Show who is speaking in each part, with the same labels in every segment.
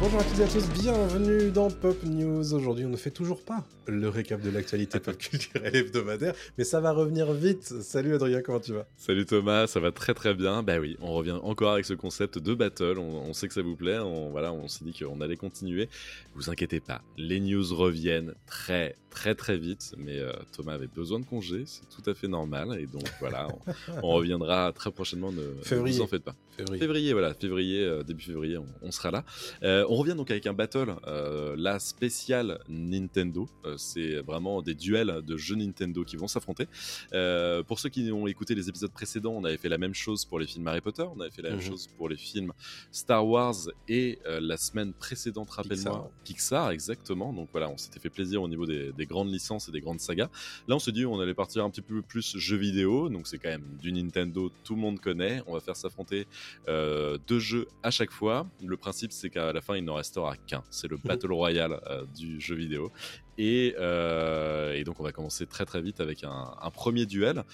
Speaker 1: Bonjour à toutes et à tous, bienvenue dans Pop News. Aujourd'hui, on ne fait toujours pas le récap de l'actualité pop culturelle hebdomadaire, mais ça va revenir vite. Salut Adrien, comment tu vas
Speaker 2: Salut Thomas, ça va très très bien. Bah oui, on revient encore avec ce concept de battle. On, on sait que ça vous plaît. On, voilà, on s'est dit qu'on allait continuer. Vous inquiétez pas, les news reviennent très très très vite. Mais euh, Thomas avait besoin de congé, c'est tout à fait normal. Et donc voilà, on, on reviendra très prochainement. Ne, ne
Speaker 1: Février.
Speaker 2: vous en faites pas.
Speaker 1: Février.
Speaker 2: Février, voilà, février, euh, début février, on, on sera là. Euh, on revient donc avec un battle, euh, la spéciale Nintendo. Euh, c'est vraiment des duels de jeux Nintendo qui vont s'affronter. Euh, pour ceux qui ont écouté les épisodes précédents, on avait fait la même chose pour les films Harry Potter, on avait fait la même
Speaker 1: Mhm.
Speaker 2: chose pour les films Star Wars et euh, la semaine précédente, rappelle-moi,
Speaker 1: Pixar.
Speaker 2: Pixar. exactement. Donc voilà, on s'était fait plaisir au niveau des, des grandes licences et des grandes sagas. Là, on s'est dit, on allait partir un petit peu plus jeux vidéo, donc c'est quand même du Nintendo, tout le monde connaît. On va faire s'affronter euh, deux jeux à chaque fois. Le principe, c'est qu'à la fin, il n'en restera qu'un. C'est le Battle Royale euh, du jeu vidéo. Et, euh, et donc, on va commencer très très vite avec un, un premier duel.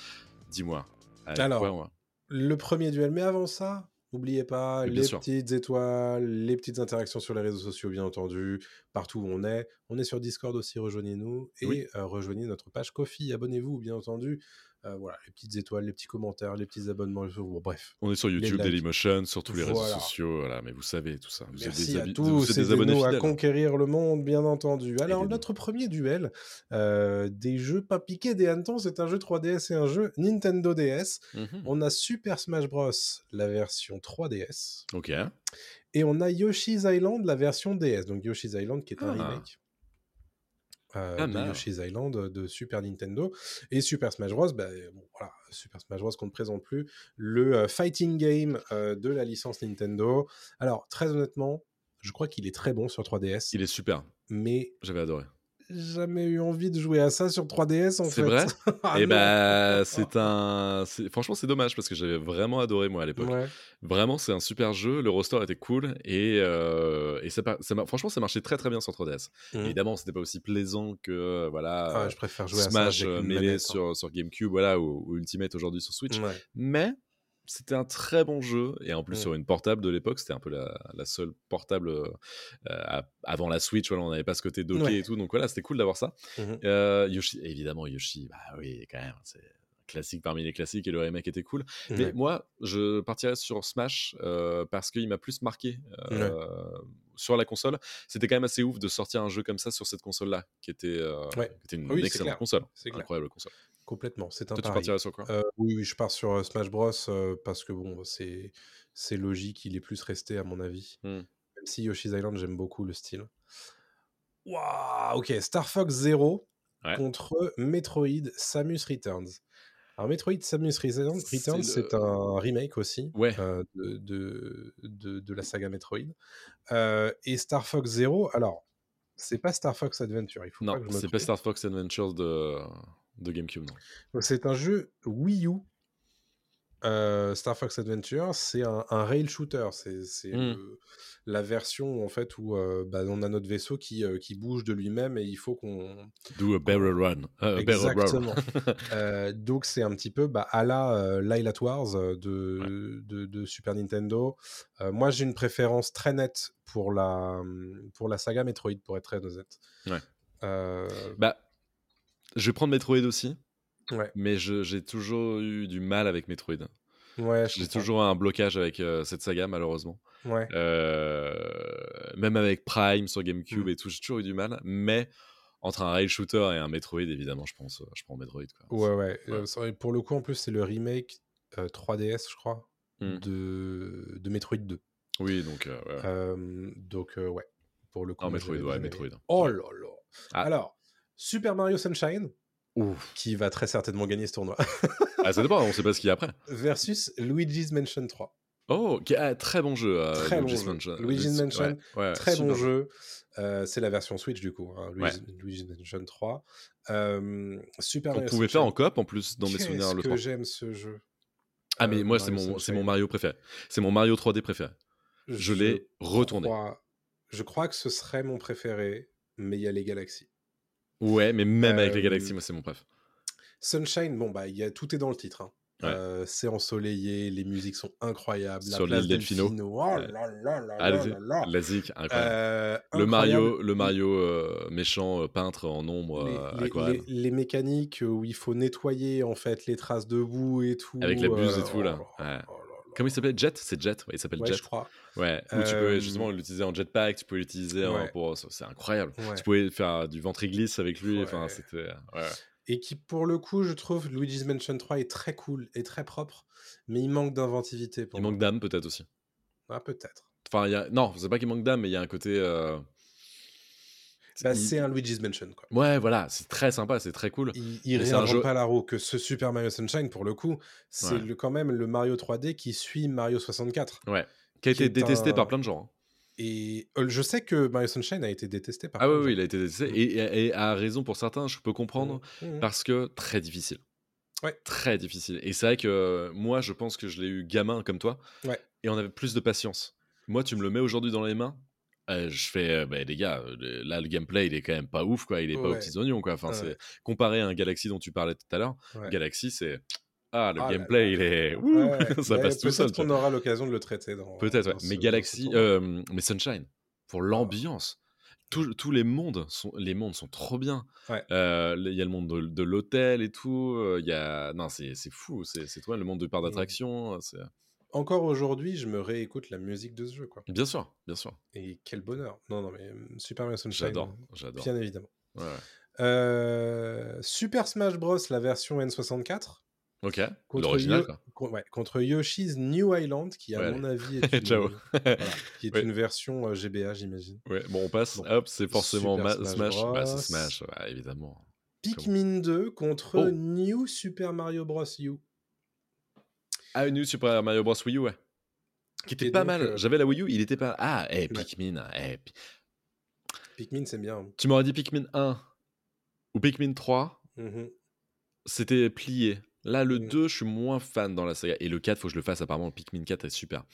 Speaker 2: Dis-moi. avec
Speaker 1: Alors,
Speaker 2: quoi on va-
Speaker 1: Le premier duel, mais avant ça, n'oubliez pas
Speaker 2: Mais bien
Speaker 1: les
Speaker 2: sûr.
Speaker 1: petites étoles, les petites interactions sur les réseaux sociaux, bien entendu, partout où on est. On est sur Discord aussi, rejoignez-nous et
Speaker 2: Oui.
Speaker 1: euh, rejoignez notre page Kofi, abonnez-vous, bien entendu. Euh, voilà, les petites étoles, les petits commentaires, les petits abonnements, bon, bref.
Speaker 2: on est sur
Speaker 1: les
Speaker 2: YouTube,
Speaker 1: likes.
Speaker 2: Dailymotion, sur tous les
Speaker 1: Voilà.
Speaker 2: réseaux sociaux. Voilà, mais vous savez tout ça. Vous êtes
Speaker 1: Merci
Speaker 2: des
Speaker 1: à
Speaker 2: habi-
Speaker 1: tous,
Speaker 2: vous êtes des abonnés
Speaker 1: aidez-nous à
Speaker 2: fidèles.
Speaker 1: conquérir le monde, bien entendu. Alors,
Speaker 2: Aidez-nous.
Speaker 1: notre premier duel, euh, des jeux pas piqués des hannetons, c'est un jeu 3DS et un jeu Nintendo DS.
Speaker 2: Mhm.
Speaker 1: On a Super Smash Bros, la version 3DS,
Speaker 2: Ok.
Speaker 1: et on a Yoshi's Island, la version DS. Donc, Yoshi's Island qui est un
Speaker 2: Ah.
Speaker 1: remake. euh,
Speaker 2: Pas
Speaker 1: de
Speaker 2: mal.
Speaker 1: Yoshi's Island euh, de Super Nintendo et Super Smash Bros. bah, bon, voilà, Super Smash Bros. qu'on ne présente plus, le euh, fighting game euh, de la licence Nintendo. Alors, très honnêtement, je crois qu'il est très bon sur 3DS,
Speaker 2: Il est super.
Speaker 1: mais
Speaker 2: J'avais adoré.
Speaker 1: jamais eu envie de jouer à ça sur 3DS en fait.
Speaker 2: C'est vrai
Speaker 1: Ah
Speaker 2: Et
Speaker 1: non.
Speaker 2: bah, c'est un. c'est- Franchement, c'est dommage parce que j'avais vraiment adoré moi à l'époque.
Speaker 1: Ouais.
Speaker 2: Vraiment, c'est un super jeu. Le roster était cool et, euh, et ça, par- ça mar- franchement, ça marchait très très bien sur 3DS.
Speaker 1: Mhm.
Speaker 2: Évidemment, c'était pas aussi plaisant que euh, voilà
Speaker 1: Ah, je préfère jouer à
Speaker 2: Smash
Speaker 1: ça avec
Speaker 2: euh,
Speaker 1: une
Speaker 2: Melee
Speaker 1: manette, hein. Mm.
Speaker 2: sur, sur GameCube, voilà, ou, ou Ultimate aujourd'hui sur Switch.
Speaker 1: Ouais.
Speaker 2: Mais c'était un très bon jeu et en plus
Speaker 1: Mhm.
Speaker 2: sur une portable de l'époque, c'était un peu la, la seule portable euh, à- avant la Switch. Voilà, on n'avait pas ce côté docké
Speaker 1: Ouais.
Speaker 2: et tout, donc voilà, c'était cool d'avoir ça.
Speaker 1: Mhm.
Speaker 2: Euh, Yoshi, évidemment, Yoshi, bah oui, quand même, c'est un classique parmi les classiques et le remake était cool. Mais
Speaker 1: Mm, Ouais.
Speaker 2: moi, je partirais sur Smash euh, parce qu'il m'a plus marqué euh, sur la console. C'était quand même assez ouf de sortir un jeu comme ça sur cette console-là, qui était, euh,
Speaker 1: Ouais.
Speaker 2: qui était une
Speaker 1: Ah oui, c'est
Speaker 2: excellente
Speaker 1: clair.
Speaker 2: console.
Speaker 1: C'est clair.
Speaker 2: Incroyable console.
Speaker 1: Complètement, c'est un
Speaker 2: Toi, tu
Speaker 1: pari.
Speaker 2: partirais sur quoi
Speaker 1: Euh, oui, oui, je pars sur euh, Smash Bros euh, parce que bon, c'est c'est logique, il est plus resté à mon avis.
Speaker 2: Hmm.
Speaker 1: Même si Yoshi's Island, j'aime beaucoup le style. Waouh, ok, Star Fox Zero
Speaker 2: Ouais.
Speaker 1: contre Metroid Samus Returns. Alors Metroid Samus Returns,
Speaker 2: C'est
Speaker 1: Returns,
Speaker 2: le-
Speaker 1: c'est un remake aussi
Speaker 2: Ouais.
Speaker 1: euh, de, de, de- de la saga Metroid. Euh, et Star Fox Zero, alors c'est pas Star Fox Adventure, il faut pas
Speaker 2: Non,
Speaker 1: que je me
Speaker 2: c'est pas
Speaker 1: trompe.
Speaker 2: Star Fox Adventures de, de GameCube, non.
Speaker 1: C'est un jeu Wii U. Euh, Star Fox Adventure, c'est un, un rail shooter. C'est c'est
Speaker 2: Mm.
Speaker 1: le- la version en fait où euh, bah, on a notre vaisseau qui, euh, qui bouge de lui-même et il faut qu'on.
Speaker 2: Do a barrel run. Euh, a barrel roll.
Speaker 1: Exactement. Euh, donc c'est un petit peu bah, à la euh, Lylat Wars euh, de, de, de Super Nintendo. Euh, moi j'ai une préférence très nette pour la, pour la saga Metroid, pour être très honnête.
Speaker 2: Ouais.
Speaker 1: Euh,
Speaker 2: Bah, je vais prendre Metroid aussi.
Speaker 1: Ouais.
Speaker 2: Mais je- j'ai toujours eu du mal avec Metroid.
Speaker 1: ouais, je
Speaker 2: J'ai
Speaker 1: comprends.
Speaker 2: toujours un blocage avec euh, cette saga, malheureusement.
Speaker 1: Ouais.
Speaker 2: Euh, même avec Prime sur GameCube
Speaker 1: Mm.
Speaker 2: et tout, j'ai toujours eu du mal. Mais entre un rail shooter et un Metroid, évidemment, je pense, euh, je prends Metroid. Quoi.
Speaker 1: Ouais, ouais.
Speaker 2: Ouais.
Speaker 1: Euh, ça- et pour le coup, en plus, c'est le remake euh, 3DS, je crois,
Speaker 2: Hmm.
Speaker 1: de, de Metroid 2.
Speaker 2: Oui, donc euh, ouais.
Speaker 1: Euh, donc, euh, ouais. Pour le coup,
Speaker 2: Non,
Speaker 1: moi,
Speaker 2: Metroid,
Speaker 1: j'avais
Speaker 2: ouais,
Speaker 1: bien aimé.
Speaker 2: Metroid.
Speaker 1: Oh là là.
Speaker 2: Ah.
Speaker 1: Alors, Super Mario Sunshine,
Speaker 2: Ouf.
Speaker 1: qui va très certainement gagner ce tournoi,
Speaker 2: Ah, ça dépend, on sait pas ce qu'il y a après.
Speaker 1: versus Luigi's Mansion 3.
Speaker 2: Oh, qui- ah, très bon jeu. euh,
Speaker 1: Très bon
Speaker 2: Luigi's
Speaker 1: jeu.
Speaker 2: Mansion.
Speaker 1: Luigi's
Speaker 2: Luigi-
Speaker 1: Mansion,
Speaker 2: ouais, ouais,
Speaker 1: Très
Speaker 2: super
Speaker 1: bon jeu. Euh, c'est la version Switch, du coup, hein, Luigi's, Luigi's Mansion 3. Euh, Super
Speaker 2: On
Speaker 1: Mario
Speaker 2: pouvait
Speaker 1: Sunshine.
Speaker 2: faire en coop en plus, dans mes souvenirs,
Speaker 1: Qu'est-ce
Speaker 2: le
Speaker 1: que
Speaker 2: 3.
Speaker 1: j'aime ce jeu.
Speaker 2: Ah, mais
Speaker 1: Euh,
Speaker 2: moi, c'est
Speaker 1: Mario
Speaker 2: mon, c'est
Speaker 1: Sunshine.
Speaker 2: mon Mario préféré. C'est mon Mario 3D préféré. Je l'ai retourné.
Speaker 1: crois- je crois que ce serait mon préféré, mais il y a les galaxies.
Speaker 2: Ouais, mais même avec les
Speaker 1: Euh,
Speaker 2: galaxies, moi, c'est mon préf.
Speaker 1: Sunshine, bon, bah, il y a, tout est dans le titre. hein.
Speaker 2: Ouais.
Speaker 1: Euh, c'est ensoleillé, les musiques sont incroyables. la
Speaker 2: Sur
Speaker 1: place
Speaker 2: l'île Delfino.
Speaker 1: Delfino, Oh
Speaker 2: Ouais.
Speaker 1: là là là
Speaker 2: Ah,
Speaker 1: là
Speaker 2: les-
Speaker 1: là là.
Speaker 2: La zik, incroyable.
Speaker 1: Euh,
Speaker 2: le
Speaker 1: incroyable.
Speaker 2: Mario, le Mario euh, méchant, euh, peintre en ombre, euh,
Speaker 1: les, les-
Speaker 2: aquarelle.
Speaker 1: les- les mécaniques où il faut nettoyer en fait les traces de boue et tout.
Speaker 2: Avec la buse
Speaker 1: euh,
Speaker 2: et tout, là.
Speaker 1: oh
Speaker 2: Ouais.
Speaker 1: oh là là.
Speaker 2: Comment il s'appelait Jet C'est Jet, ouais, il s'appelle
Speaker 1: Ouais,
Speaker 2: Jet.
Speaker 1: je crois.
Speaker 2: Ouais, où tu peux
Speaker 1: Euh,
Speaker 2: justement l'utiliser en jetpack, tu peux l'utiliser en-
Speaker 1: ouais.
Speaker 2: pour. ça, C'est incroyable.
Speaker 1: Ouais.
Speaker 2: Tu pouvais faire du ventriglisse avec lui.
Speaker 1: Ouais.
Speaker 2: Enfin, c'était. ouais.
Speaker 1: Et qui, pour le coup, je trouve Luigi's Mansion 3 est très cool et très propre, mais il manque d'inventivité pour
Speaker 2: Il
Speaker 1: moi.
Speaker 2: manque d'âme, peut-être aussi.
Speaker 1: Ah, peut-être.
Speaker 2: Enfin, il y a... non, c'est pas qu'il manque d'âme, mais il y a un côté. euh,
Speaker 1: Bah,
Speaker 2: il-
Speaker 1: c'est un Luigi's Mansion, quoi.
Speaker 2: Ouais, voilà, c'est très sympa, c'est très cool.
Speaker 1: Il, il
Speaker 2: Mais c'est un
Speaker 1: réinvente
Speaker 2: jeu-
Speaker 1: pas la roue que ce Super Mario Sunshine, pour le coup, c'est
Speaker 2: Ouais.
Speaker 1: le- quand même le Mario 3D qui suit Mario 64.
Speaker 2: Qui a
Speaker 1: qui
Speaker 2: été
Speaker 1: est
Speaker 2: détesté
Speaker 1: un-
Speaker 2: par plein de gens. hein.
Speaker 1: Et euh, je sais que Mario Sunshine a été détesté par.
Speaker 2: Ah
Speaker 1: plein
Speaker 2: oui, oui,
Speaker 1: de gens.
Speaker 2: il a été détesté. Et, et- et à raison pour certains, je peux comprendre,
Speaker 1: Mhm.
Speaker 2: parce que très difficile.
Speaker 1: Ouais.
Speaker 2: Très difficile. Et c'est vrai que euh, moi, je pense que je l'ai eu gamin comme toi.
Speaker 1: Ouais.
Speaker 2: Et on avait plus de patience. Moi, tu me le mets aujourd'hui dans les mains. euh, je fais, euh, bah, les gars, euh, le- là, le gameplay, il est quand même pas ouf, quoi. Il est pas aux
Speaker 1: Ouais.
Speaker 2: petits oignons, quoi. Enfin,
Speaker 1: Ouais.
Speaker 2: c'est comparé à un Galaxy dont tu parlais tout à l'heure.
Speaker 1: Ouais.
Speaker 2: Galaxy, c'est. Ah, le
Speaker 1: Ah là
Speaker 2: gameplay, il est. Ouh,
Speaker 1: Ouais, ouais.
Speaker 2: ça
Speaker 1: Mais
Speaker 2: passe tout
Speaker 1: peut-être
Speaker 2: seul. tu
Speaker 1: qu'on aura l'occasion de le traiter dans.
Speaker 2: Peut-être, ouais.
Speaker 1: dans ce-
Speaker 2: mais
Speaker 1: dans ce
Speaker 2: Galaxy,
Speaker 1: tournoi.
Speaker 2: euh, mais Sunshine, pour
Speaker 1: Ah.
Speaker 2: l'ambiance. Tous- tous les mondes sont les mondes sont trop bien.
Speaker 1: Ouais.
Speaker 2: Euh, Il y a le monde de, de l'hôtel et tout. euh, Il y a non c'est c'est fou. C'est c'est toi le monde de parc
Speaker 1: Mm.
Speaker 2: d'attraction. c'est-
Speaker 1: Encore aujourd'hui, je me réécoute la musique de ce jeu, quoi.
Speaker 2: Bien sûr, bien sûr.
Speaker 1: Et quel bonheur. Non, non, mais euh, Super Mario Sunshine. euh,
Speaker 2: J'adore, j'adore.
Speaker 1: Bien évidemment.
Speaker 2: Ouais, ouais.
Speaker 1: Euh, Super Smash Bros, la version N64,
Speaker 2: Ok.
Speaker 1: Contre
Speaker 2: L'original
Speaker 1: Yo-
Speaker 2: quoi.
Speaker 1: co- ouais, contre Yoshi's New Island, qui à
Speaker 2: Ouais,
Speaker 1: mon avis est une,
Speaker 2: Ciao.
Speaker 1: voilà, qui est
Speaker 2: Ouais.
Speaker 1: une version euh, GBA, j'imagine.
Speaker 2: Ouais, bon on passe.
Speaker 1: Bon.
Speaker 2: Hop, c'est forcément
Speaker 1: Super
Speaker 2: ma-
Speaker 1: Smash
Speaker 2: Smash. Bah,
Speaker 1: Bros.
Speaker 2: c'est Smash, ouais, évidemment.
Speaker 1: Pikmin 2 contre
Speaker 2: Oh.
Speaker 1: New Super Mario Bros. U.
Speaker 2: Ah, une New Super Mario Bros Wii U, ouais. Qui était
Speaker 1: Et
Speaker 2: pas
Speaker 1: donc,
Speaker 2: mal.
Speaker 1: euh,
Speaker 2: J'avais la Wii U, il était pas. Ah, eh,
Speaker 1: Ouais.
Speaker 2: Pikmin. eh, Pi-
Speaker 1: Pikmin, c'est bien.
Speaker 2: Tu m'aurais dit Pikmin 1 ou Pikmin 3,
Speaker 1: Mhm.
Speaker 2: c'était plié. Là, le
Speaker 1: Mm.
Speaker 2: 2, je suis moins fan dans la saga. Et le 4, faut que je le fasse. Apparemment, le Pikmin 4 est super.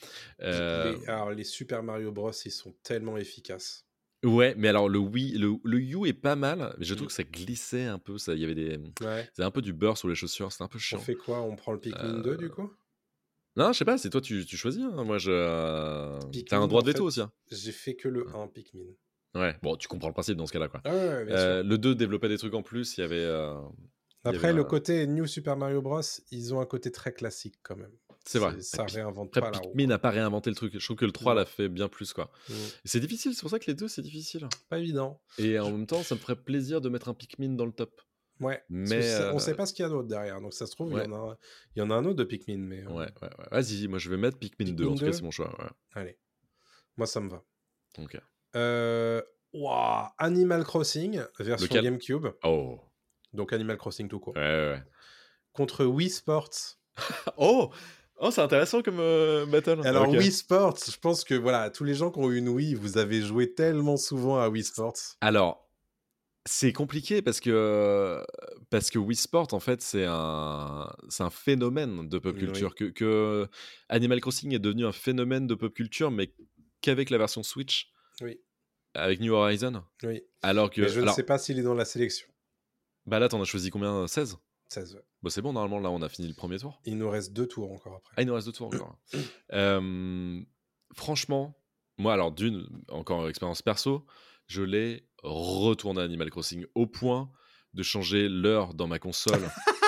Speaker 2: Euh,
Speaker 1: Les- alors, les Super Mario Bros, ils sont tellement efficaces.
Speaker 2: ouais, mais alors, le Wii, le, le U est pas mal, mais je trouve
Speaker 1: Mm.
Speaker 2: que ça glissait un peu. Ça, il y avait des.
Speaker 1: Ouais.
Speaker 2: C'était un peu du beurre sur les chaussures, c'était un peu
Speaker 1: On
Speaker 2: chiant. Euh.
Speaker 1: fait quoi On prend le Pikmin 2 du coup
Speaker 2: Non, je sais pas, c'est toi, tu, tu choisis. hein. Moi, je. T'as
Speaker 1: Pikmin,
Speaker 2: un droit
Speaker 1: en
Speaker 2: de veto
Speaker 1: fait-
Speaker 2: aussi. hein.
Speaker 1: J'ai fait que le 1 Pikmin.
Speaker 2: Ouais, bon, tu comprends le principe dans ce cas-là, quoi.
Speaker 1: Ah ouais, ouais, bien sûr.
Speaker 2: Euh, le 2 développait des trucs en plus, il y avait. euh, il y
Speaker 1: Après,
Speaker 2: avait
Speaker 1: le
Speaker 2: un-
Speaker 1: côté New Super Mario Bros, ils ont un côté très classique quand même.
Speaker 2: C'est vrai.
Speaker 1: Ça
Speaker 2: Pi-
Speaker 1: réinvente
Speaker 2: Après,
Speaker 1: pas la roue.
Speaker 2: Pikmin n'a pas réinventé le truc. Je trouve que le 3
Speaker 1: Non.
Speaker 2: l'a fait bien plus, quoi.
Speaker 1: Mm.
Speaker 2: C'est difficile, c'est pour ça que les deux, c'est difficile.
Speaker 1: Pas évident.
Speaker 2: Et en même temps, ça me ferait plaisir de mettre un Pikmin dans le top.
Speaker 1: Ouais. Parce que
Speaker 2: Mais,
Speaker 1: ça-
Speaker 2: euh,
Speaker 1: on sait pas ce qu'il y a d'autre derrière. Donc ça se trouve, il
Speaker 2: ouais.
Speaker 1: y, en a un- il y en a un autre de Pikmin. Mais euh,
Speaker 2: Ouais, ouais, ouais. Vas-y, moi je vais mettre Pikmin, 2, en
Speaker 1: Pikmin
Speaker 2: tout cas
Speaker 1: 2.
Speaker 2: c'est mon choix. ouais.
Speaker 1: allez, moi ça me va.
Speaker 2: Ok.
Speaker 1: Euh, ouah, Animal Crossing version
Speaker 2: Lequel
Speaker 1: GameCube.
Speaker 2: Oh,
Speaker 1: Donc Animal Crossing tout court.
Speaker 2: ouais, ouais, ouais.
Speaker 1: Contre Wii Sports.
Speaker 2: Oh, oh c'est intéressant comme euh, battle.
Speaker 1: Alors
Speaker 2: Ok.
Speaker 1: Wii Sports, je pense que voilà, tous les gens qui ont eu une Wii, vous avez joué tellement souvent à Wii Sports.
Speaker 2: Alors, c'est compliqué parce que, parce que Wii Sport, en fait, c'est un, c'est un phénomène de pop
Speaker 1: Oui.
Speaker 2: culture. Que, que Animal Crossing est devenu un phénomène de pop culture, mais qu'avec la version Switch.
Speaker 1: Oui.
Speaker 2: Avec New Horizon.
Speaker 1: Oui.
Speaker 2: Alors que.
Speaker 1: Mais je
Speaker 2: alors,
Speaker 1: ne sais pas s'il est dans la sélection.
Speaker 2: Bah là, t'en as choisi combien 16
Speaker 1: 16.
Speaker 2: Bah c'est bon, normalement, là, on a fini le premier tour.
Speaker 1: Il nous reste deux tours encore après.
Speaker 2: Ah, il nous reste deux tours encore. Euh, franchement, moi, alors, d'une, encore expérience perso, je l'ai retourné à Animal Crossing au point de changer l'heure dans ma console.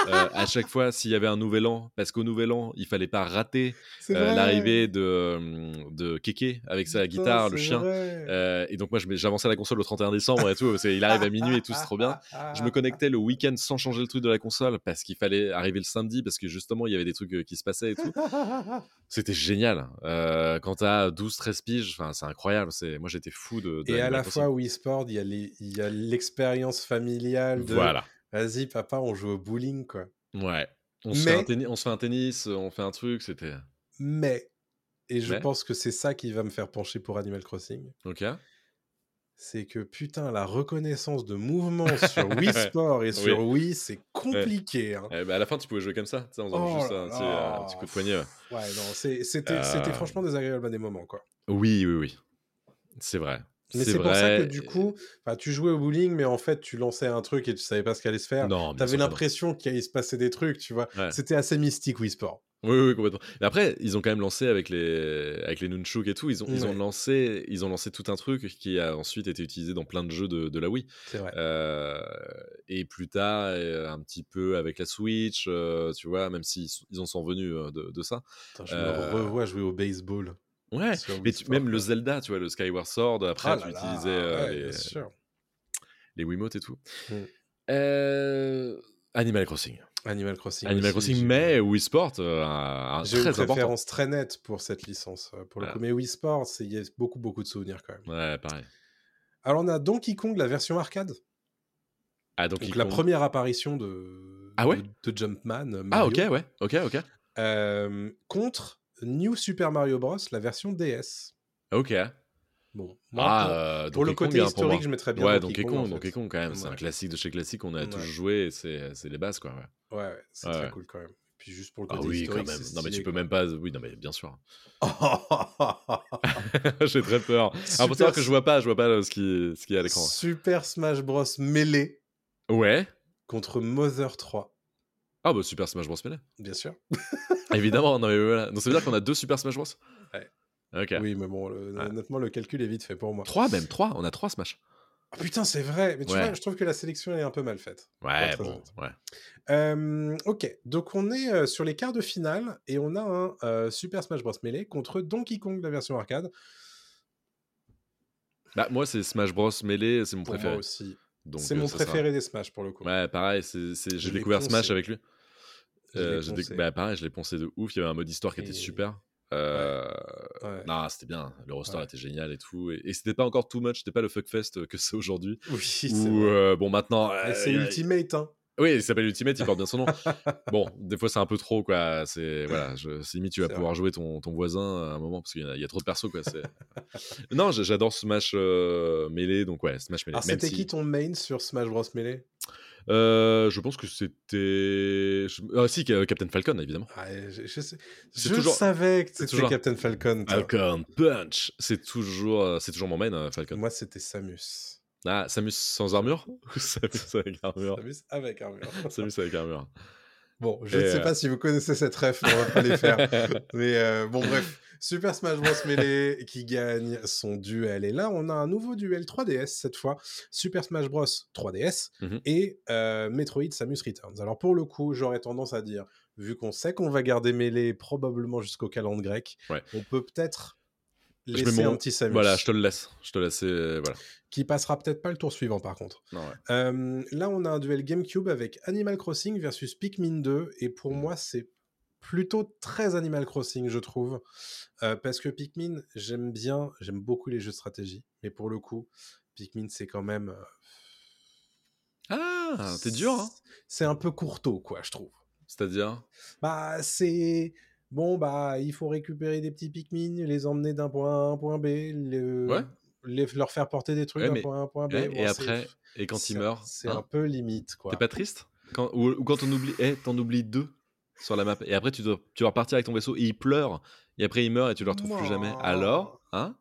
Speaker 2: Euh, à chaque fois, s'il y avait un nouvel an, parce qu'au nouvel an, il fallait pas rater
Speaker 1: C'est
Speaker 2: euh,
Speaker 1: vrai.
Speaker 2: l'arrivée de, euh, de Keke avec sa
Speaker 1: Putain,
Speaker 2: guitare, le
Speaker 1: c'est
Speaker 2: chien.
Speaker 1: vrai.
Speaker 2: Euh, et donc, moi, je mets- j'avançais la console le 31 décembre et tout. parce qu'il arrive à minuit et tout, c'est trop
Speaker 1: Ah,
Speaker 2: bien. Je me connectais le week-end sans changer le truc de la console parce qu'il fallait arriver le samedi parce que justement il y avait des trucs euh, qui se passaient et tout. C'était génial. Euh, quand t'as 12, 13 piges, enfin, c'est incroyable. C'est... Moi j'étais fou de. de
Speaker 1: Et à
Speaker 2: Animal
Speaker 1: la
Speaker 2: Crossing.
Speaker 1: fois, Wii Sport, il y a les- il y a l'expérience familiale de
Speaker 2: Voilà.
Speaker 1: vas-y, papa, on joue au bowling, quoi.
Speaker 2: Ouais. On, se fait
Speaker 1: Mais-
Speaker 2: un tenni- on se fait un tennis, on fait un truc, c'était.
Speaker 1: Mais, et je
Speaker 2: Mais Eh
Speaker 1: pense que c'est ça qui va me faire pencher pour Animal Crossing,
Speaker 2: Ok.
Speaker 1: c'est que putain, la reconnaissance de mouvement sur Wii Sport et sur Wii, c'est compliqué. hein.
Speaker 2: Eh ben, à la fin, tu pouvais jouer comme ça, tu sais, en faisant
Speaker 1: Oh
Speaker 2: juste
Speaker 1: là
Speaker 2: un, petit- euh,
Speaker 1: là.
Speaker 2: un petit coup de poignet. ouais.
Speaker 1: Ouais, non, c'est- c'était
Speaker 2: Euh.
Speaker 1: c'était franchement désagréable à des moments, quoi.
Speaker 2: Oui, oui, oui. C'est vrai.
Speaker 1: Mais c'est
Speaker 2: vrai.
Speaker 1: pour ça que du coup, enfin, tu jouais au bowling, mais en fait, tu lançais un truc et tu savais pas ce qu'allait se faire.
Speaker 2: non, bien
Speaker 1: T'avais
Speaker 2: sûr que non.
Speaker 1: l'impression qu'il allait se passer des trucs, tu vois.
Speaker 2: Ouais.
Speaker 1: C'était assez mystique, Wii Sport.
Speaker 2: Oui, oui, complètement. Mais après, ils ont quand même lancé avec les, avec les nunchuk et tout. Ils ont, ils ont
Speaker 1: Ouais.
Speaker 2: lancé, ils ont lancé tout un truc qui a ensuite été utilisé dans plein de jeux de, de la Wii.
Speaker 1: C'est vrai.
Speaker 2: Euh, et plus tard, euh, un petit peu avec la Switch, euh, tu vois, même s'ils sont- ils en sont venus euh, de, de ça.
Speaker 1: Putain, je
Speaker 2: euh,
Speaker 1: me revois jouer au baseball.
Speaker 2: Ouais.
Speaker 1: sur
Speaker 2: Mais
Speaker 1: Wii
Speaker 2: tu-
Speaker 1: Sport,
Speaker 2: même
Speaker 1: quoi.
Speaker 2: le Zelda, tu vois, le Skyward Sword, après,
Speaker 1: Ah
Speaker 2: tu
Speaker 1: là là,
Speaker 2: utilisais euh,
Speaker 1: ouais,
Speaker 2: les,
Speaker 1: bien sûr.
Speaker 2: les Wiimotes et tout.
Speaker 1: Mm.
Speaker 2: Euh, Animal Crossing.
Speaker 1: Animal Crossing.
Speaker 2: Animal
Speaker 1: aussi,
Speaker 2: Crossing,
Speaker 1: j'ai-
Speaker 2: mais Wii Sport, euh, un, un
Speaker 1: J'ai une
Speaker 2: très important. Ah.
Speaker 1: préférence très nette pour cette licence, euh, pour le
Speaker 2: Voilà.
Speaker 1: coup. Mais Wii Sport, c'est- il y a beaucoup, beaucoup de souvenirs quand même.
Speaker 2: Ouais, pareil.
Speaker 1: Alors, on a Donkey Kong, la version arcade.
Speaker 2: Ah, donc,
Speaker 1: Donc,
Speaker 2: ils
Speaker 1: la
Speaker 2: comptent-
Speaker 1: première apparition de,
Speaker 2: Ah ouais
Speaker 1: de, de Jumpman. euh,
Speaker 2: Ah,
Speaker 1: Mario,
Speaker 2: ok, ouais, ok, ok.
Speaker 1: euh, contre New Super Mario Bros, la version DS.
Speaker 2: Ok.
Speaker 1: Bon, moi,
Speaker 2: Ah,
Speaker 1: pour-
Speaker 2: euh,
Speaker 1: pour, le
Speaker 2: Donkey Kong,
Speaker 1: côté
Speaker 2: hein, pour
Speaker 1: historique,
Speaker 2: moi.
Speaker 1: je mettrais bien
Speaker 2: Ouais,
Speaker 1: Donkey,
Speaker 2: Donkey Kong,
Speaker 1: en
Speaker 2: Donkey
Speaker 1: fait.
Speaker 2: Kong quand même, c'est
Speaker 1: Ouais.
Speaker 2: un classique de chez classique, on a
Speaker 1: Ouais.
Speaker 2: tous joué, et c'est c'est les bases quoi. ouais.
Speaker 1: Ouais, ouais, c'est
Speaker 2: Ouais,
Speaker 1: très
Speaker 2: ouais.
Speaker 1: cool quand même. Puis juste pour le
Speaker 2: Ah
Speaker 1: côté
Speaker 2: oui, quand
Speaker 1: historique,
Speaker 2: même.
Speaker 1: c'est
Speaker 2: Non mais tu
Speaker 1: stylé,
Speaker 2: peux
Speaker 1: quoi.
Speaker 2: même pas. Oui, non mais bien sûr.
Speaker 1: Super
Speaker 2: J'ai très peur. Alors pour savoir que je vois pas, je vois pas euh, ce qui ce qui est à l'écran.
Speaker 1: Super Smash Bros mêlé
Speaker 2: Ouais.
Speaker 1: contre Mother 3,
Speaker 2: Ah bah Super Smash Bros Melee.
Speaker 1: bien sûr.
Speaker 2: Évidemment. Non mais voilà. Donc ça veut dire qu'on a deux Super Smash Bros.
Speaker 1: Ouais.
Speaker 2: Ok.
Speaker 1: Oui, mais bon, le-
Speaker 2: Ouais.
Speaker 1: honnêtement, le calcul est vite fait pour moi.
Speaker 2: Trois même trois. On a trois Smash.
Speaker 1: Ah, putain, c'est vrai. Mais tu
Speaker 2: Ouais.
Speaker 1: vois, je trouve que la sélection elle est un peu mal faite.
Speaker 2: Ouais.
Speaker 1: Ouais, très
Speaker 2: Bon. Ouais.
Speaker 1: Euh, ok, donc on est euh, sur les quarts de finale et on a un euh, Super Smash Bros. Melee contre Donkey Kong, la version arcade.
Speaker 2: Bah moi c'est Smash Bros Melee, c'est mon
Speaker 1: Pour
Speaker 2: préféré.
Speaker 1: moi aussi.
Speaker 2: Donc,
Speaker 1: C'est
Speaker 2: euh,
Speaker 1: mon
Speaker 2: ça sera-
Speaker 1: préféré des Smash pour le coup.
Speaker 2: Ouais, pareil. c'est- c'est-
Speaker 1: Je
Speaker 2: J'ai
Speaker 1: l'ai
Speaker 2: découvert Smash
Speaker 1: poncé.
Speaker 2: avec lui.
Speaker 1: Je l'ai
Speaker 2: Euh, j'ai déc-
Speaker 1: poncé.
Speaker 2: bah, pareil, je l'ai poncé de ouf. Il y avait un mode histoire qui était
Speaker 1: Et-
Speaker 2: super. Euh,
Speaker 1: Ouais.
Speaker 2: Non, c'était bien. Le roster
Speaker 1: Ouais.
Speaker 2: était génial et tout. Et, et c'était pas encore too much. C'était pas le fuckfest euh, que c'est aujourd'hui.
Speaker 1: Oui, c'est
Speaker 2: Ou
Speaker 1: vrai.
Speaker 2: bon, maintenant.
Speaker 1: Mais
Speaker 2: euh,
Speaker 1: c'est
Speaker 2: il-
Speaker 1: Ultimate, hein.
Speaker 2: Oui, il s'appelle Ultimate. Il porte bien son nom. bon, des fois c'est un peu trop quoi. C'est voilà. Je, c'est limite tu vas
Speaker 1: C'est
Speaker 2: pouvoir jouer ton, ton voisin à un moment parce qu'il y, en a- il y a trop de persos quoi. c'est- non, j'- j'adore Smash euh, Melee. Donc ouais, Smash Melee.
Speaker 1: Alors,
Speaker 2: même
Speaker 1: c'était
Speaker 2: si-
Speaker 1: qui ton main sur Smash Bros. Melee
Speaker 2: Euh, Je pense que c'était. je- Ah si, Ca- Captain Falcon évidemment.
Speaker 1: Ah, je, je sais-
Speaker 2: C'est
Speaker 1: je
Speaker 2: toujours-
Speaker 1: savais que c'était
Speaker 2: toujours- Ah,
Speaker 1: Captain Falcon. toi.
Speaker 2: Falcon Punch. C'est toujours, euh, c'est toujours mon main euh, Falcon.
Speaker 1: Moi, c'était Samus.
Speaker 2: Ah, Samus sans armure ou Samus avec armure
Speaker 1: Samus avec armure.
Speaker 2: Oh. Samus avec armure.
Speaker 1: Bon, je
Speaker 2: Et,
Speaker 1: ne sais
Speaker 2: euh,
Speaker 1: pas si vous connaissez cette ref, mais on va pas les faire. Mais euh, bon, bref. Super Smash Bros. Melee qui gagne son duel. Et là, on a un nouveau duel 3DS cette fois. Super Smash Bros. 3DS
Speaker 2: Mhm.
Speaker 1: et euh, Metroid Samus Returns. Alors, pour le coup, j'aurais tendance à dire, vu qu'on sait qu'on va garder Melee probablement jusqu'au calendrier grec,
Speaker 2: Ouais.
Speaker 1: on peut peut-être
Speaker 2: mets
Speaker 1: laisser
Speaker 2: mon-
Speaker 1: un petit Samus.
Speaker 2: Voilà, je te le laisse. Je te laisse. euh, voilà.
Speaker 1: Qui passera peut-être pas le tour suivant, par contre.
Speaker 2: Non, ouais.
Speaker 1: Euh, là, on a un duel GameCube avec Animal Crossing versus Pikmin 2, et pour moi, c'est plutôt très Animal Crossing, je trouve, Euh, parce que Pikmin, j'aime bien, j'aime beaucoup les jeux de stratégie, mais pour le coup, Pikmin, c'est quand même, euh,
Speaker 2: Ah, t'es dur, hein
Speaker 1: c'est un peu courteau, quoi, je trouve.
Speaker 2: C'est-à-dire
Speaker 1: Bah, c'est bon, bah, il faut récupérer des petits Pikmin, les emmener d'un point A à un point B, le-
Speaker 2: Ouais.
Speaker 1: les- leur faire porter des trucs
Speaker 2: Ouais,
Speaker 1: d'un
Speaker 2: mais-
Speaker 1: point A à un point B.
Speaker 2: Ouais,
Speaker 1: Bon,
Speaker 2: Et
Speaker 1: c'est-
Speaker 2: après, et quand il
Speaker 1: c'est-
Speaker 2: meurt,
Speaker 1: c'est
Speaker 2: hein,
Speaker 1: un peu limite, quoi.
Speaker 2: t'es pas triste quand, ou, ou quand on oublie, eh, t'en oublies deux sur la map, et après tu dois, tu dois repartir avec ton vaisseau, et il pleure, et après il meurt, et tu le retrouves plus jamais.
Speaker 1: Non.
Speaker 2: Alors, hein